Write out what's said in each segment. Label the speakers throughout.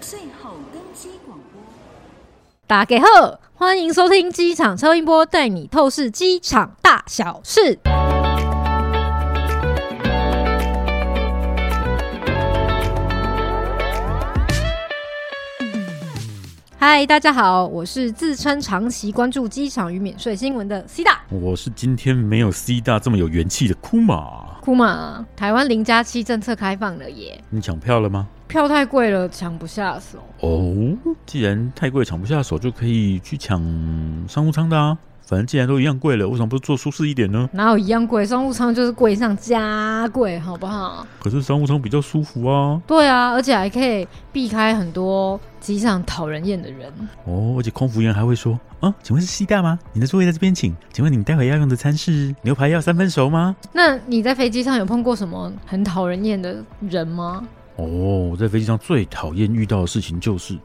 Speaker 1: 最后登机广播。
Speaker 2: 打给后，欢迎收听机场超音波，带你透视机场大小事。嗨，大家好，我是自称长期关注机场与免税新闻的 C 大
Speaker 3: 我是今天没有 C 大这么有元气的库马。
Speaker 2: 库玛。台湾零加七政策开放了耶，
Speaker 3: 你抢票了吗？
Speaker 2: 票太贵了，抢不下手。
Speaker 3: 哦，既然太贵抢不下手，就可以去抢商务舱的啊。反正既然都一样贵了，为什么不做舒适一点呢？
Speaker 2: 哪有一样贵？商务舱就是贵上加贵，好不好？
Speaker 3: 可是商务舱比较舒服啊。
Speaker 2: 对啊，而且还可以避开很多机场讨人厌的人。
Speaker 3: 哦，而且空服员还会说：“啊，请问是 C 大吗？你的座位在这边，请。请问你待会要用的餐是牛排要三分熟吗
Speaker 2: 那你在飞机上有碰过什么很讨人厌的人吗？？”
Speaker 3: 哦，我在飞机上最讨厌遇到的事情就是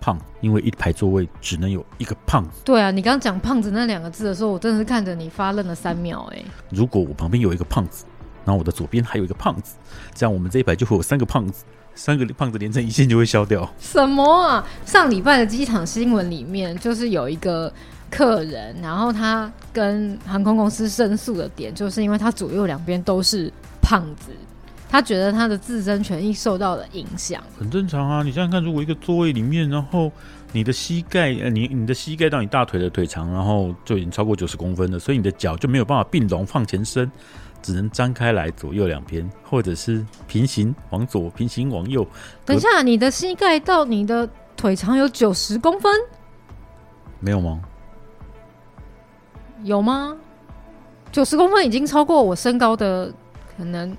Speaker 3: 胖，因为一排座位只能有一个胖。
Speaker 2: 对啊，你刚刚讲“胖子”那两个字的时候，我真的是看着你发愣了三秒、欸。
Speaker 3: 如果我旁边有一个胖子，然后我的左边还有一个胖子，这样我们这一排就会有三个胖子，三个胖子连成一线就会消掉。
Speaker 2: 什么啊？上礼拜的机场新闻里面，就是有一个客人，然后他跟航空公司申诉的点，就是因为他左右两边都是胖子，他觉得他的自身权益受到了影响。
Speaker 3: 很正常啊，你想想看，如果一个座位里面，然后你的膝盖，呃，你你的膝盖到你大腿的腿长，然后就已经超过九十公分了，所以你的脚就没有办法并拢放前伸，只能张开来左右两边，或者是平行往左，平行往右。
Speaker 2: 等一下，你的膝盖到你的腿长有九十公分，
Speaker 3: 没有吗？
Speaker 2: 有吗？九十公分已经超过我身高的可能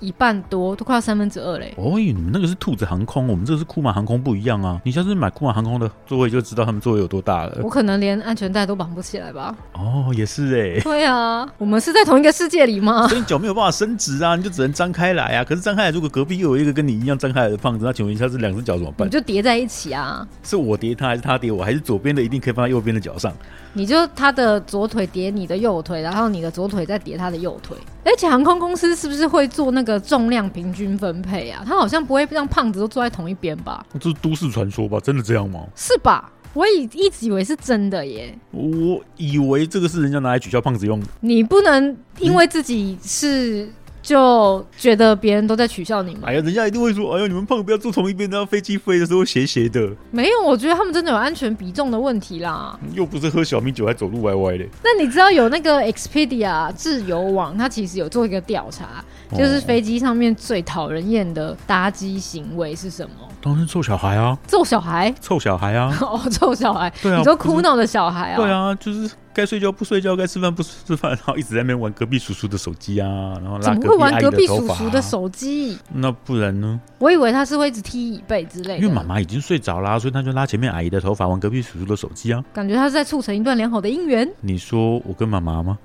Speaker 2: 一一半多，都快要三分之二嘞。
Speaker 3: 哦，你们那个是兔子航空，我们这个是库马航空不一样啊。你下次买库马航空的座位就知道他们座位有多大了
Speaker 2: 我。可能连安全带都绑不起来吧？
Speaker 3: 哦，也是哎、
Speaker 2: 对啊，我们是在同一个世界里 吗？
Speaker 3: 所以你脚没有办法伸直啊，你就只能张开来啊。可是张开来，如果隔壁又有一个跟你一样张开来的胖子，那请问一下，这两只脚怎么
Speaker 2: 你
Speaker 3: 办？
Speaker 2: 就叠在一起啊！
Speaker 3: 是我叠他，还是他叠我？还是左边的一定可以放在右边的脚上？
Speaker 2: 你就他的左腿叠你的右腿，然后你的左腿再叠他的右腿。而且航空公司是不是会做那个重量平均分配啊？他好像不会让胖子都坐在同一边吧？
Speaker 3: 这是都市传说吧？真的这样吗？
Speaker 2: 是吧？我以一直以为是真的耶。
Speaker 3: 我以为这个是人家拿来取笑胖子用的。
Speaker 2: 你不能因为自己是就觉得别人都在取笑你吗
Speaker 3: 哎？呀，人家一定会说：“哎呀，你们胖子不要坐同一边，然后飞机飞的时候斜斜的，
Speaker 2: 没有，我觉得他们真的有安全比重的问题啦。
Speaker 3: 又不是喝小米酒还走路歪歪的。
Speaker 2: 那你知道有那个 Expedia 自由网，它其实有做一个调查，
Speaker 3: 哦
Speaker 2: 就是飞机上面最讨人厌的搭机行为是什么？”
Speaker 3: 当然是臭小孩啊，
Speaker 2: 揍小孩
Speaker 3: 臭小孩啊，
Speaker 2: 哦，揍小孩，
Speaker 3: 对啊
Speaker 2: 你说
Speaker 3: 不是
Speaker 2: 哭闹的小孩啊？
Speaker 3: 对，啊，就是该睡觉不睡觉，该吃饭不吃饭，然后一直在那边玩隔壁叔叔的手机啊，然后
Speaker 2: 怎
Speaker 3: 拉
Speaker 2: 么会
Speaker 3: 隔壁
Speaker 2: 玩
Speaker 3: 阿姨
Speaker 2: 隔壁
Speaker 3: 的头
Speaker 2: 叔
Speaker 3: 发、啊
Speaker 2: 叔的手机？
Speaker 3: 那不然呢？
Speaker 2: 我以为他是会一直踢椅背之类
Speaker 3: 因为妈
Speaker 2: 的，
Speaker 3: 妈已经睡着啦，所以她就拉前面阿姨的头发玩隔壁叔叔的手机啊。
Speaker 2: 感觉他是在促成一段良好的姻缘。
Speaker 3: 你说我跟妈 妈吗？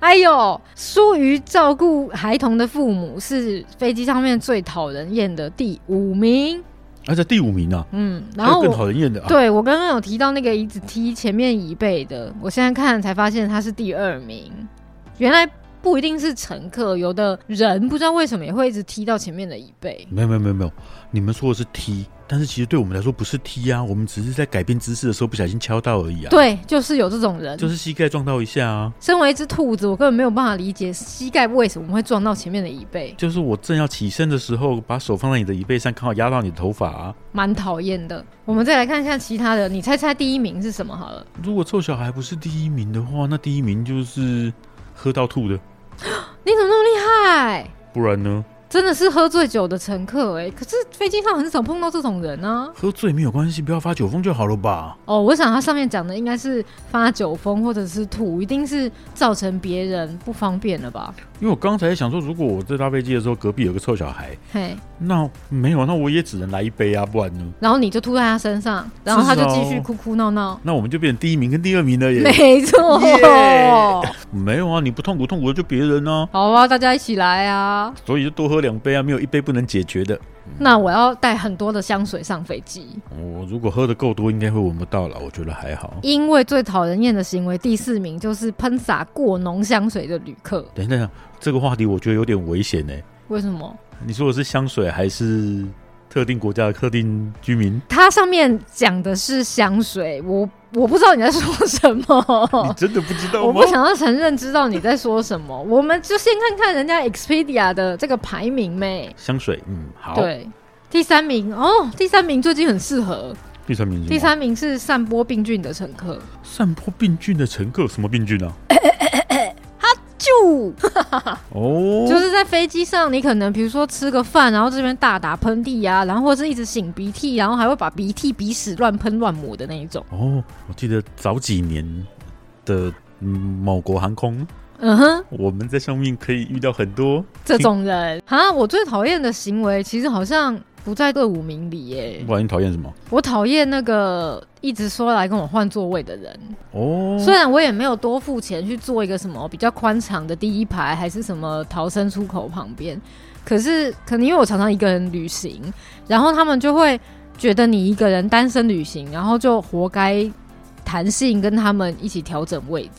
Speaker 2: 哎呦，疏于照顾孩童的父母是飞机上面最讨人厌的第五名。
Speaker 3: 而且第五名啊，
Speaker 2: 嗯，然
Speaker 3: 还有
Speaker 2: 后
Speaker 3: 更
Speaker 2: 我
Speaker 3: 讨人厌的啊。
Speaker 2: 对我刚刚有提到那个一直踢前面椅背的，我现在看才发现他是第二名。原来不一定是乘客，有的人不知道为什么也会一直踢到前面的椅背。
Speaker 3: 没有没有没有没有，你们说的是踢，但是其实对我们来说不是踢啊，我们只是在改变姿势的时候不小心敲到而已啊。，
Speaker 2: 对，就是有这种人。
Speaker 3: 就是膝盖撞到一下啊。
Speaker 2: 身为一只兔子，我根本没有办法理解膝盖为什么会撞到前面的椅背，
Speaker 3: 就是我正要起身的时候，把手放在你的椅背上，刚好压到你的头发、啊。
Speaker 2: 蛮讨厌的。我们再来看一下其他的，你猜猜第一名是什么好了？
Speaker 3: 如果臭小孩不是第一名的话，那第一名就是喝到吐的，
Speaker 2: 你怎么那么厉害？
Speaker 3: 不然呢？
Speaker 2: 真的是喝醉酒的乘客哎、可是飞机上很少碰到这种人啊。
Speaker 3: 喝醉没有关系，不要发酒疯就好了吧。
Speaker 2: 哦，我想他上面讲的应该是发酒疯或者是吐，一定是造成别人不方便了吧？
Speaker 3: 因为我刚才想说，如果我在搭飞机的时候隔壁有个臭小孩，
Speaker 2: 嘿，
Speaker 3: 那没有，那我也只能来一杯啊，不然呢？
Speaker 2: 然后你就吐在他身上，然后他就
Speaker 3: 至少
Speaker 2: 继续哭哭闹闹。
Speaker 3: 那我们就变成第一名跟第二名了耶。
Speaker 2: 没错
Speaker 3: Yeah 没有啊，你不痛苦痛苦的就别人啊，
Speaker 2: 好啊，大家一起来啊！
Speaker 3: 所以就多喝两杯啊，没有一杯不能解决的。
Speaker 2: 那我要带很多的香水上飞机，
Speaker 3: 我哦如果喝的够多，应该会闻不到了，我觉得还好。
Speaker 2: 因为最讨人厌的行为第四名就是喷洒过浓香水的旅客。
Speaker 3: 等一下，等一下，这个话题我觉得有点危险呢、
Speaker 2: 为什么？
Speaker 3: 你说的是香水还是特定国家的特定居民，
Speaker 2: 它上面讲的是香水，我我不知道你在说什
Speaker 3: 你
Speaker 2: 么。
Speaker 3: 真的不知道
Speaker 2: 哦我
Speaker 3: 吗
Speaker 2: 不？想要承认知道你在说什么，我们就先看看人家 Expedia 的这个排名呗。
Speaker 3: 香水，嗯，好。
Speaker 2: 对，第三名哦，第三名最近很适合。
Speaker 3: 第三名是什么，
Speaker 2: 第三名是散播病菌的乘客，
Speaker 3: 散播病菌的乘客，什么病菌啊？
Speaker 2: 就
Speaker 3: 哦，
Speaker 2: 就是在飞机上，你可能比如说吃个饭，然后这边大打喷嚏呀、然后或者是一直擤鼻涕，然后还会把鼻涕、鼻屎乱喷乱抹的那一种。
Speaker 3: 哦，我记得早几年的嗯某国航空，
Speaker 2: 嗯哼，
Speaker 3: 我们在上面可以遇到很多
Speaker 2: 这种人啊，我最讨厌的行为其实好像不在队伍名里耶
Speaker 3: 听。不然哎你讨厌什么？
Speaker 2: 我讨厌那个一直说来跟我换座位的人，
Speaker 3: 哦，
Speaker 2: 虽然我也没有多付钱去做一个什么比较宽敞的第一排，还是什么逃生出口旁边，可是可能因为我常常一个人旅行，然后他们就会觉得你一个人单身旅行，然后就活该弹性跟他们一起调整位置。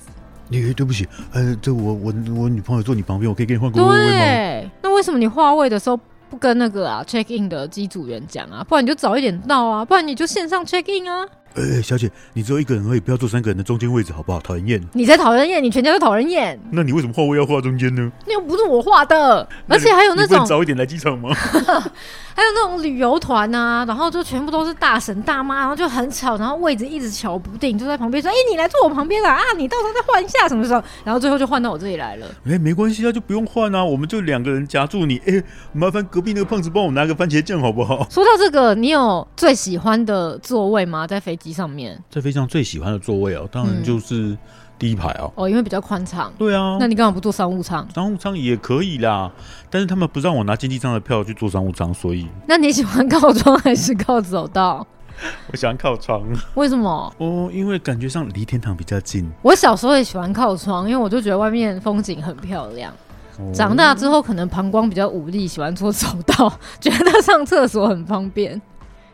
Speaker 3: 你对不起，呃，这我我我女朋友坐你旁边，我可以给你换个位吗？
Speaker 2: 对，那为什么你换位的时候不跟那个啊 check in 的机组员讲啊？不然你就早一点到啊，不然你就线上 check in 啊。
Speaker 3: 呃，小姐，你只有一个人而已，不要坐三个人的中间位置，好不好？讨人厌。
Speaker 2: 你才讨人厌，你全家都讨人厌，
Speaker 3: 那你为什么画位要画中间呢？
Speaker 2: 那又不是我画的，
Speaker 3: 那
Speaker 2: 而且还有那
Speaker 3: 你不能
Speaker 2: 种
Speaker 3: 早一点来机场吗？
Speaker 2: 还有那种旅游团啊，然后就全部都是大婶大妈，然后就很吵，然后位置一直瞧不定，就在旁边说：“哎、你来坐我旁边啦！啊，你到时候再换一下什么时候？”然后最后就换到我这里来了。
Speaker 3: 哎、没关系啊，就不用换啊，我们就两个人夹住你。哎、麻烦隔壁那个胖子帮我拿个番茄酱好不好？
Speaker 2: 说到这个，你有最喜欢的座位吗？在飞机上面
Speaker 3: 在飞机上最喜欢的座位哦，当然就是第一排哦。
Speaker 2: 哦，因为比较宽敞。
Speaker 3: 对啊，
Speaker 2: 那你干嘛不坐商务舱？
Speaker 3: 商务舱也可以啦，但是他们不让我拿经济舱的票去坐商务舱，所以
Speaker 2: 那你喜欢靠窗还是靠走道？
Speaker 3: 我想靠窗
Speaker 2: 为什么？
Speaker 3: 哦，因为感觉上离天堂比较近。
Speaker 2: 我小时候也喜欢靠窗，因为我就觉得外面风景很漂亮。
Speaker 3: 哦
Speaker 2: 长大之后可能膀胱比较无力，喜欢坐走道， 觉得上厕所很方便。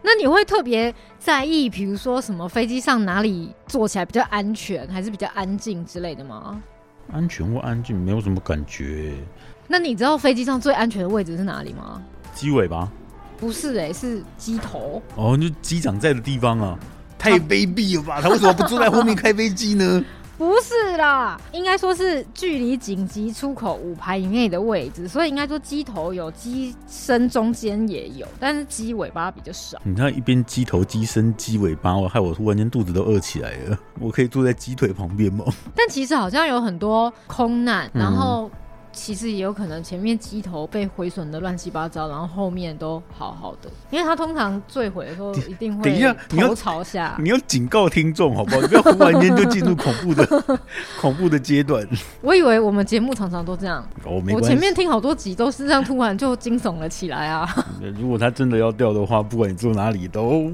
Speaker 2: 那你会特别在意，比如说什么飞机上哪里坐起来比较安全，还是比较安静之类的吗？
Speaker 3: 安全或安静没有什么感觉，
Speaker 2: 那你知道飞机上最安全的位置是哪里吗？
Speaker 3: 机尾吧？
Speaker 2: 不是诶、是机头。
Speaker 3: 哦，就机长在的地方啊，太卑鄙了吧？他为什么不坐在后面开飞机呢？
Speaker 2: 不是啦，应该说是距离紧急出口五排以内的位置，所以应该说机头有，机身中间也有，但是机尾巴比较少。
Speaker 3: 你看一边鸡头、鸡身、鸡尾巴，我害我突然间肚子都饿起来了。我可以坐在鸡腿旁边吗？
Speaker 2: 但其实好像有很多空难，
Speaker 3: 嗯
Speaker 2: 然后其实也有可能前面机头被毁损的乱七八糟，然后后面都好好的，因为它通常坠毁的时候一定
Speaker 3: 等一下
Speaker 2: 会
Speaker 3: 你要
Speaker 2: 头朝下。
Speaker 3: 你要警告听众好不好？你不要忽然间就进入恐怖的 恐怖的阶段。
Speaker 2: 我以为我们节目常常都这样，
Speaker 3: 哦，没
Speaker 2: 我
Speaker 3: 关系。
Speaker 2: 前面听好多集都是这样，突然就惊悚了起来啊。
Speaker 3: 如果它真的要掉的话，不管你坐哪里都，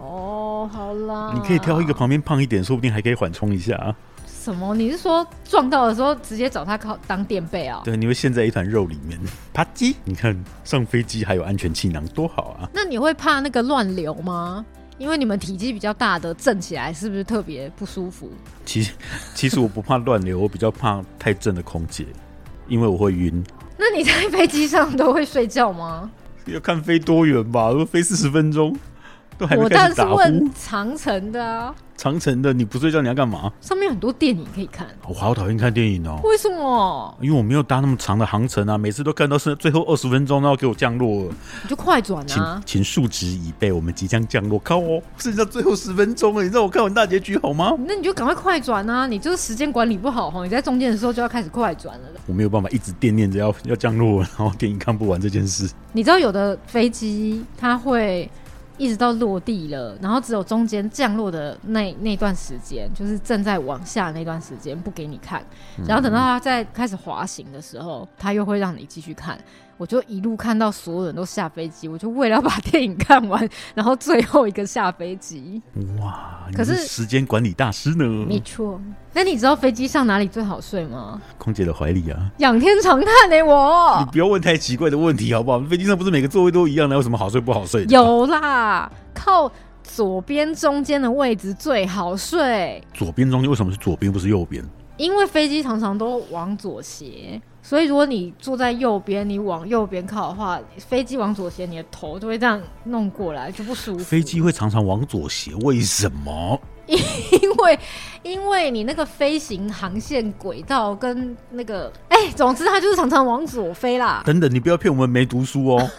Speaker 2: 哦，好啦，
Speaker 3: 你可以挑一个旁边胖一点，说不定还可以缓冲一下。啊
Speaker 2: 啊什么？你是说撞到的时候直接找他靠当垫背啊？
Speaker 3: 对，你会陷在一团肉里面，啪叽！你看上飞机还有安全气囊，多好啊！
Speaker 2: 那你会怕那个乱流吗？因为你们体积比较大的震起来是不是特别不舒服？
Speaker 3: 其实 其实我不怕乱流，我比较怕太正的空姐，因为我会晕。
Speaker 2: 那你在飞机上都会睡觉吗？
Speaker 3: 要看飞多远吧，如果飞四十分钟，都还没
Speaker 2: 我
Speaker 3: 开
Speaker 2: 当
Speaker 3: 始
Speaker 2: 然是
Speaker 3: 打呼
Speaker 2: 问。长城的啊，
Speaker 3: 长城的，你不睡觉你要干嘛？
Speaker 2: 上面很多电影可以看，
Speaker 3: 我好讨厌看电影哦，
Speaker 2: 为什么？
Speaker 3: 因为我没有搭那么长的航程啊，每次都看到是最后二十分钟，然后给我降落了。
Speaker 2: 你就快转
Speaker 3: 请
Speaker 2: 啊！
Speaker 3: 请竖直椅背，我们即将降落。靠哦，剩下最后十分钟了，你让我看完大结局好吗？
Speaker 2: 那你就赶快快转啊！你就是时间管理不好哈，你在中间的时候就要开始快转了。
Speaker 3: 我没有办法一直惦念着要要降落，然后电影看不完这件事。
Speaker 2: 你知道有的飞机它会一直到落地了，然后只有中间降落的那那段时间，就是正在往下那段时间不给你看，然后等到它再开始滑行的时候，它又会让你继续看。我就一路看到所有人都下飞机，我就为了要把电影看完，然后最后一个下飞机。
Speaker 3: 哇，
Speaker 2: 可是
Speaker 3: 你时间管理大师呢？
Speaker 2: 没错，那你知道飞机上哪里最好睡吗？
Speaker 3: 空姐的怀里啊，
Speaker 2: 仰天长叹呢、我
Speaker 3: 你不要问太奇怪的问题好不好？飞机上不是每个座位都一样的，有什么好睡不好睡的？
Speaker 2: 有啦，靠左边中间的位置最好睡。
Speaker 3: 左边中间为什么是左边不是右边？
Speaker 2: 因为飞机常常都往左斜，所以如果你坐在右边，你往右边靠的话，飞机往左斜，你的头就会这样弄过来，就不舒服。
Speaker 3: 飞机会常常往左斜，为什么？
Speaker 2: 因为因为你那个飞行航线轨道跟那个，哎、总之它就是常常往左飞啦。
Speaker 3: 等等，你不要骗我们没读书 哦。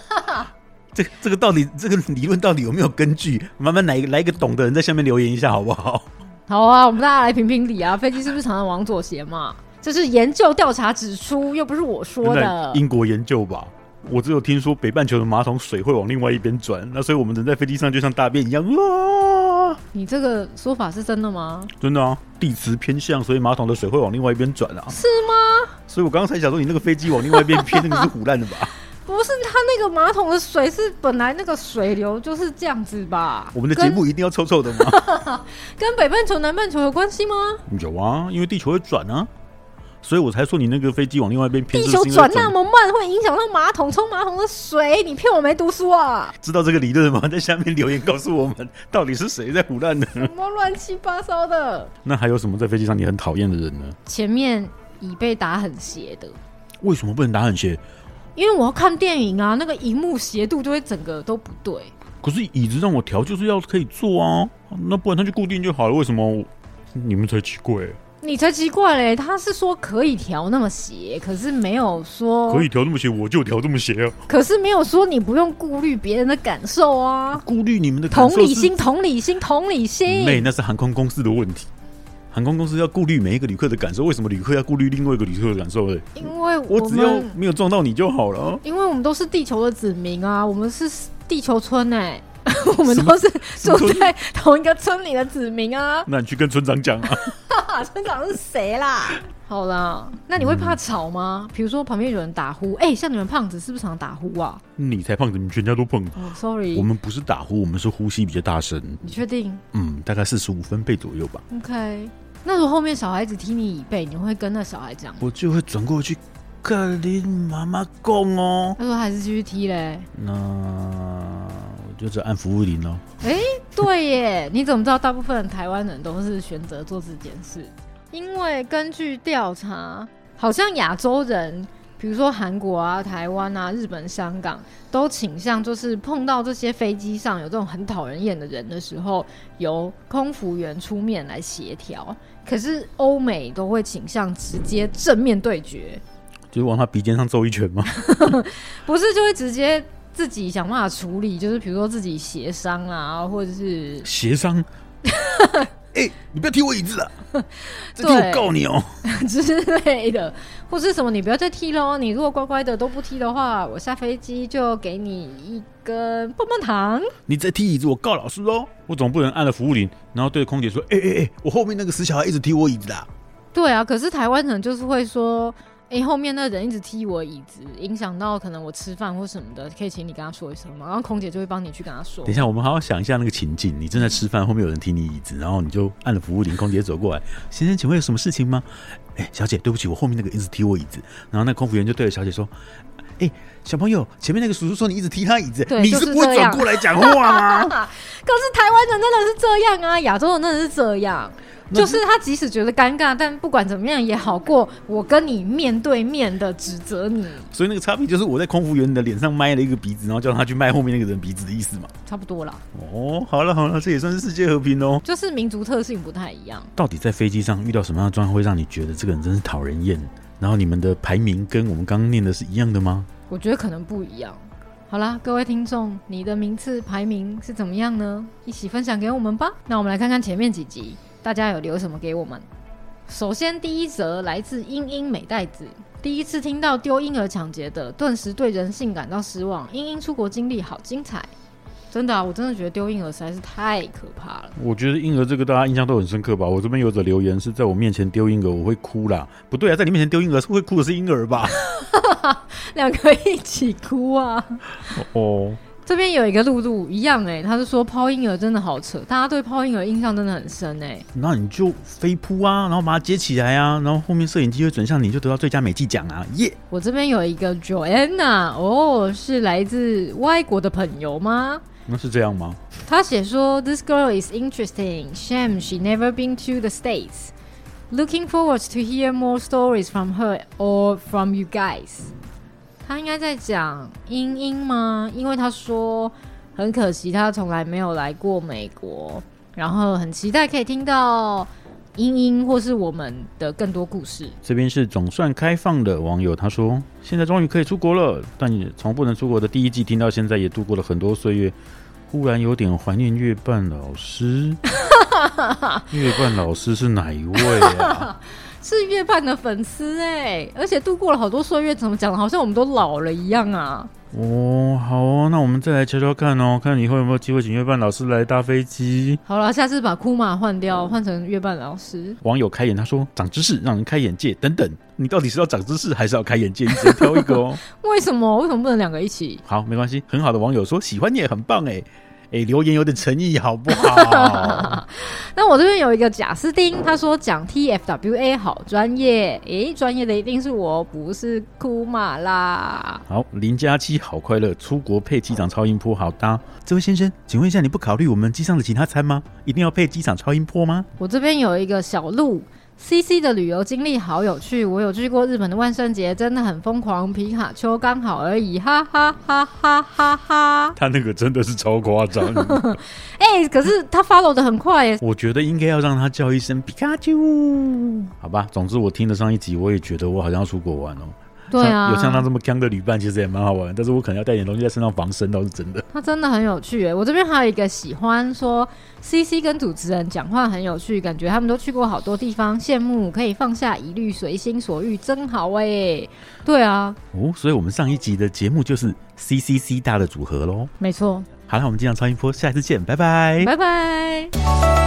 Speaker 3: 这个这个到底这个理论到底有没有根据？慢慢来来一个懂的人在下面留言一下好不好？
Speaker 2: 好啊，我们大家来评评理啊，飞机是不是常常往左斜嘛？这是研究调查指出，又不是我说
Speaker 3: 那
Speaker 2: 的。
Speaker 3: 英国研究吧。我只有听说北半球的马桶水会往另外一边转，那所以我们人在飞机上就像大便一样啊！
Speaker 2: 你这个说法是真的吗？
Speaker 3: 真的啊，地磁偏向，所以马桶的水会往另外一边转啊。
Speaker 2: 是吗？
Speaker 3: 所以我刚刚才想说，你那个飞机往另外一边偏，那个是胡乱的 吧？
Speaker 2: 不是，它那个马桶的水是本来那个水流就是这样子吧？
Speaker 3: 我们的节目一定要臭臭的吗？
Speaker 2: 跟跟北半球、南半球有关系吗？
Speaker 3: 有啊，因为地球会转啊，所以我才说你那个飞机往另外一边偏，
Speaker 2: 地球
Speaker 3: 是不是因为
Speaker 2: 转啊那么慢，会影响到马桶冲马桶的水。你骗我没读书 啊？
Speaker 3: 知道这个理论吗？在下面留言告诉我们， 到底是谁在胡乱呢？
Speaker 2: 什么乱七八糟的？
Speaker 3: 那还有什么在飞机上你很讨厌的人呢？
Speaker 2: 前面椅被打很斜的，
Speaker 3: 为什么不能打很斜？
Speaker 2: 因为我要看电影啊，那个荧幕斜度就会整个都不对。
Speaker 3: 可是椅子让我调，就是要可以坐啊，那不然它就固定就好了。为什么我你们才奇怪、
Speaker 2: 你才奇怪嘞，他是说可以调那么斜，可是没有说
Speaker 3: 可以，调那么斜，我就调这么斜啊！
Speaker 2: 可是没有说你不用顾虑别人的感受啊。
Speaker 3: 顾虑你们的
Speaker 2: 同
Speaker 3: 感受
Speaker 2: 理
Speaker 3: 是
Speaker 2: 心，同理心，同理
Speaker 3: 妹，
Speaker 2: 心。
Speaker 3: 那是航空公司的问题。航空公司要顾虑每一个旅客的感受，为什么旅客要顾虑另外一个旅客的感受呢？
Speaker 2: 因为
Speaker 3: 我
Speaker 2: 我
Speaker 3: 只要
Speaker 2: 们，
Speaker 3: 没有撞到你就好了啊。
Speaker 2: 因为我们都是地球的子民啊，我们是地球村哎、 我们都是
Speaker 3: 什么
Speaker 2: 住在同一个村里的子民啊。
Speaker 3: 那你去跟村长讲 啊。
Speaker 2: 啊，村长是谁啦？好啦，那你会怕吵吗？比如说旁边有人打呼，哎、像你们胖子是不是常打呼啊？
Speaker 3: 你才胖子，你们全家都胖。
Speaker 2: 哦，sorry，
Speaker 3: 我们不是打呼，我们是呼吸比较大声，
Speaker 2: 你确定
Speaker 3: 嗯，大概四十五分贝左右吧。
Speaker 2: ？OK，那如果后面小孩子踢你椅背，你会跟那小孩讲吗？
Speaker 3: 我就会转过去跟林妈妈讲哦。
Speaker 2: 他说还是继续踢嘞。
Speaker 3: 那我就是按服务铃哦。
Speaker 2: 对耶，你怎么知道大部分台湾人都是选择做这件事？因为根据调查，好像亚洲人，比如说韩国啊、台湾啊、日本、香港，都倾向就是碰到这些飞机上有这种很讨人厌的人的时候，由空服员出面来协调。可是欧美都会倾向直接正面对决，
Speaker 3: 就是往他鼻尖上揍一拳吗？
Speaker 2: 不是就会直接自己想办法处理，就是比如说自己协商啊，或者是
Speaker 3: 协 商。哎、你不要踢我椅子 啊！这
Speaker 2: 对
Speaker 3: 题我告你哦。
Speaker 2: 之类的，或是什么你不要再踢喽，你如果乖乖的都不踢的话，我下飞机就给你一根棒棒糖。
Speaker 3: 你再踢椅子，我告老师喽！我总不能按了服务铃，然后对着空姐说：“哎哎哎，我后面那个死小孩一直踢我椅子啦
Speaker 2: 对啊，可是台湾人就是会说，诶，后面那人一直踢我椅子，影响到可能我吃饭或什么的，可以请你跟他说一声嘛。然后空姐就会帮你去跟他！”说
Speaker 3: 等一。下，我们好好想一下那个情境。你正在吃饭，后面有人踢你椅子，然后你就按了服务铃，空姐走过来：“ 先生，请问有什么事情吗？”哎、小姐，对不起，我后面那个一直踢我椅子。然后那空服员就对着小姐说：“哎、小朋友，前面那个叔叔说你一直踢他椅子，
Speaker 2: 对
Speaker 3: 你
Speaker 2: 就是
Speaker 3: 不会
Speaker 2: 这
Speaker 3: 转
Speaker 2: 样
Speaker 3: 过来讲话 吗？”
Speaker 2: 可是台湾人真的是这样啊，亚洲人真的是这样，
Speaker 3: 那
Speaker 2: 就是他即使觉得尴尬，但不管怎么样也好过我跟你面对面的指责你，
Speaker 3: 所以那个差别就是我在空服员的脸上麦了一个鼻子，然后叫他去麦后面那个人鼻子的意思嘛。
Speaker 2: 差不多啦，
Speaker 3: 哦，好了好了，这也算是世界和平哦。
Speaker 2: 就是民族特性不太一样。
Speaker 3: 到底在飞机上遇到什么样的状况会让你觉得这个人真是讨人厌？然后你们的排名跟我们刚刚念的是一样的吗？
Speaker 2: 我觉得可能不一样。好啦，各位听众，你的名次排名是怎么样呢？一起分享给我们吧。那我们来看看前面几集，大家有留什么给我们？首先，第一则来自英英美代子，第一次听到丢婴儿抢劫的，顿时对人性感到失望。英英出国经历好精彩，真的啊，我真的觉得丢婴儿实在是太可怕了。
Speaker 3: 我觉得婴儿这个大家印象都很深刻吧。我这边有者留言是在我面前丢婴儿，我会哭啦。不对啊，在你面前丢婴儿是会哭的是婴儿吧？
Speaker 2: 两个一起哭啊！
Speaker 3: 哦，
Speaker 2: 这边有一个露露一样哎、他是说抛婴儿真的好扯，大家对抛婴儿印象真的很深哎、
Speaker 3: 那你就飞扑啊，然后把它接起来啊，然后后面摄影机会转向你，就得到最佳美技奖啊，耶、
Speaker 2: 我这边有一个 Joanna，哦，是来自外国的朋友吗？
Speaker 3: 那是这样吗？
Speaker 2: 他写说，This girl is interesting. Shame she never been to the States. Looking forward to hear more stories from her or from you guys。他应该在讲英英吗？因为他说很可惜他从来没有来过美国，然后很期待可以听到英英或是我们的更多故事。
Speaker 3: 这边是总算开放的网友，他说：“现在终于可以出国了，但也从不能出国的第一季听到现在，也度过了很多岁月，忽然有点怀念月半老 师。月半老师是哪一位啊？
Speaker 2: 是月半的粉丝哎、而且度过了好多岁月，怎么讲的好像我们都老了一样啊？
Speaker 3: 哦，好哦，那我们再来瞧瞧看哦，看以后有没有机会请月半老师来搭飞机。”
Speaker 2: 好了，下次把库玛换掉，换成月半老师。
Speaker 3: 网友开眼，他说：“长知识，让人开眼界，等等，你到底是要长知识还是要开眼界？你只能挑一个 哦。”
Speaker 2: 为什么？为什么不能两个一起？
Speaker 3: 好，没关系，很好的网友说喜欢你也很棒哎，哎，留言有点诚意好不 好？
Speaker 2: 那我这边有一个贾斯汀，他说讲 TFWA 好专业，诶，专业的一定是我，不是库玛啦。
Speaker 3: 好，零加七好快乐，出国配机场超音波好搭。这位先生，请问一下，你不考虑我们机上的其他餐吗？一定要配机场超音波吗？
Speaker 2: 我这边有一个小鹿 C C 的旅游经历好有趣，我有去过日本的万圣节，真的很疯狂，皮卡丘刚好而已，哈哈哈哈哈哈。
Speaker 3: 他那个真的是超夸张，
Speaker 2: 诶，可是他 follow 的很快耶，
Speaker 3: 我觉得应该要让他叫一声皮卡丘，好吧。总之我听了上一集，我也觉得我好像要出国玩哦。
Speaker 2: 对啊，
Speaker 3: 像有像他这么强的旅伴，其实也蛮好玩，但是我可能要带点东西在身上防身，倒是真的。
Speaker 2: 他真的很有趣耶！我这边还有一个喜欢说，C C 跟主持人讲话很有趣，感觉他们都去过好多地方，羡慕可以放下疑虑，随心所欲，真好哎！对啊，
Speaker 3: 哦，所以我们上一集的节目就是 C C C 大的组合喽。
Speaker 2: 没错，
Speaker 3: 好了，我们今天的超音波，下一次见，拜拜。
Speaker 2: 拜拜。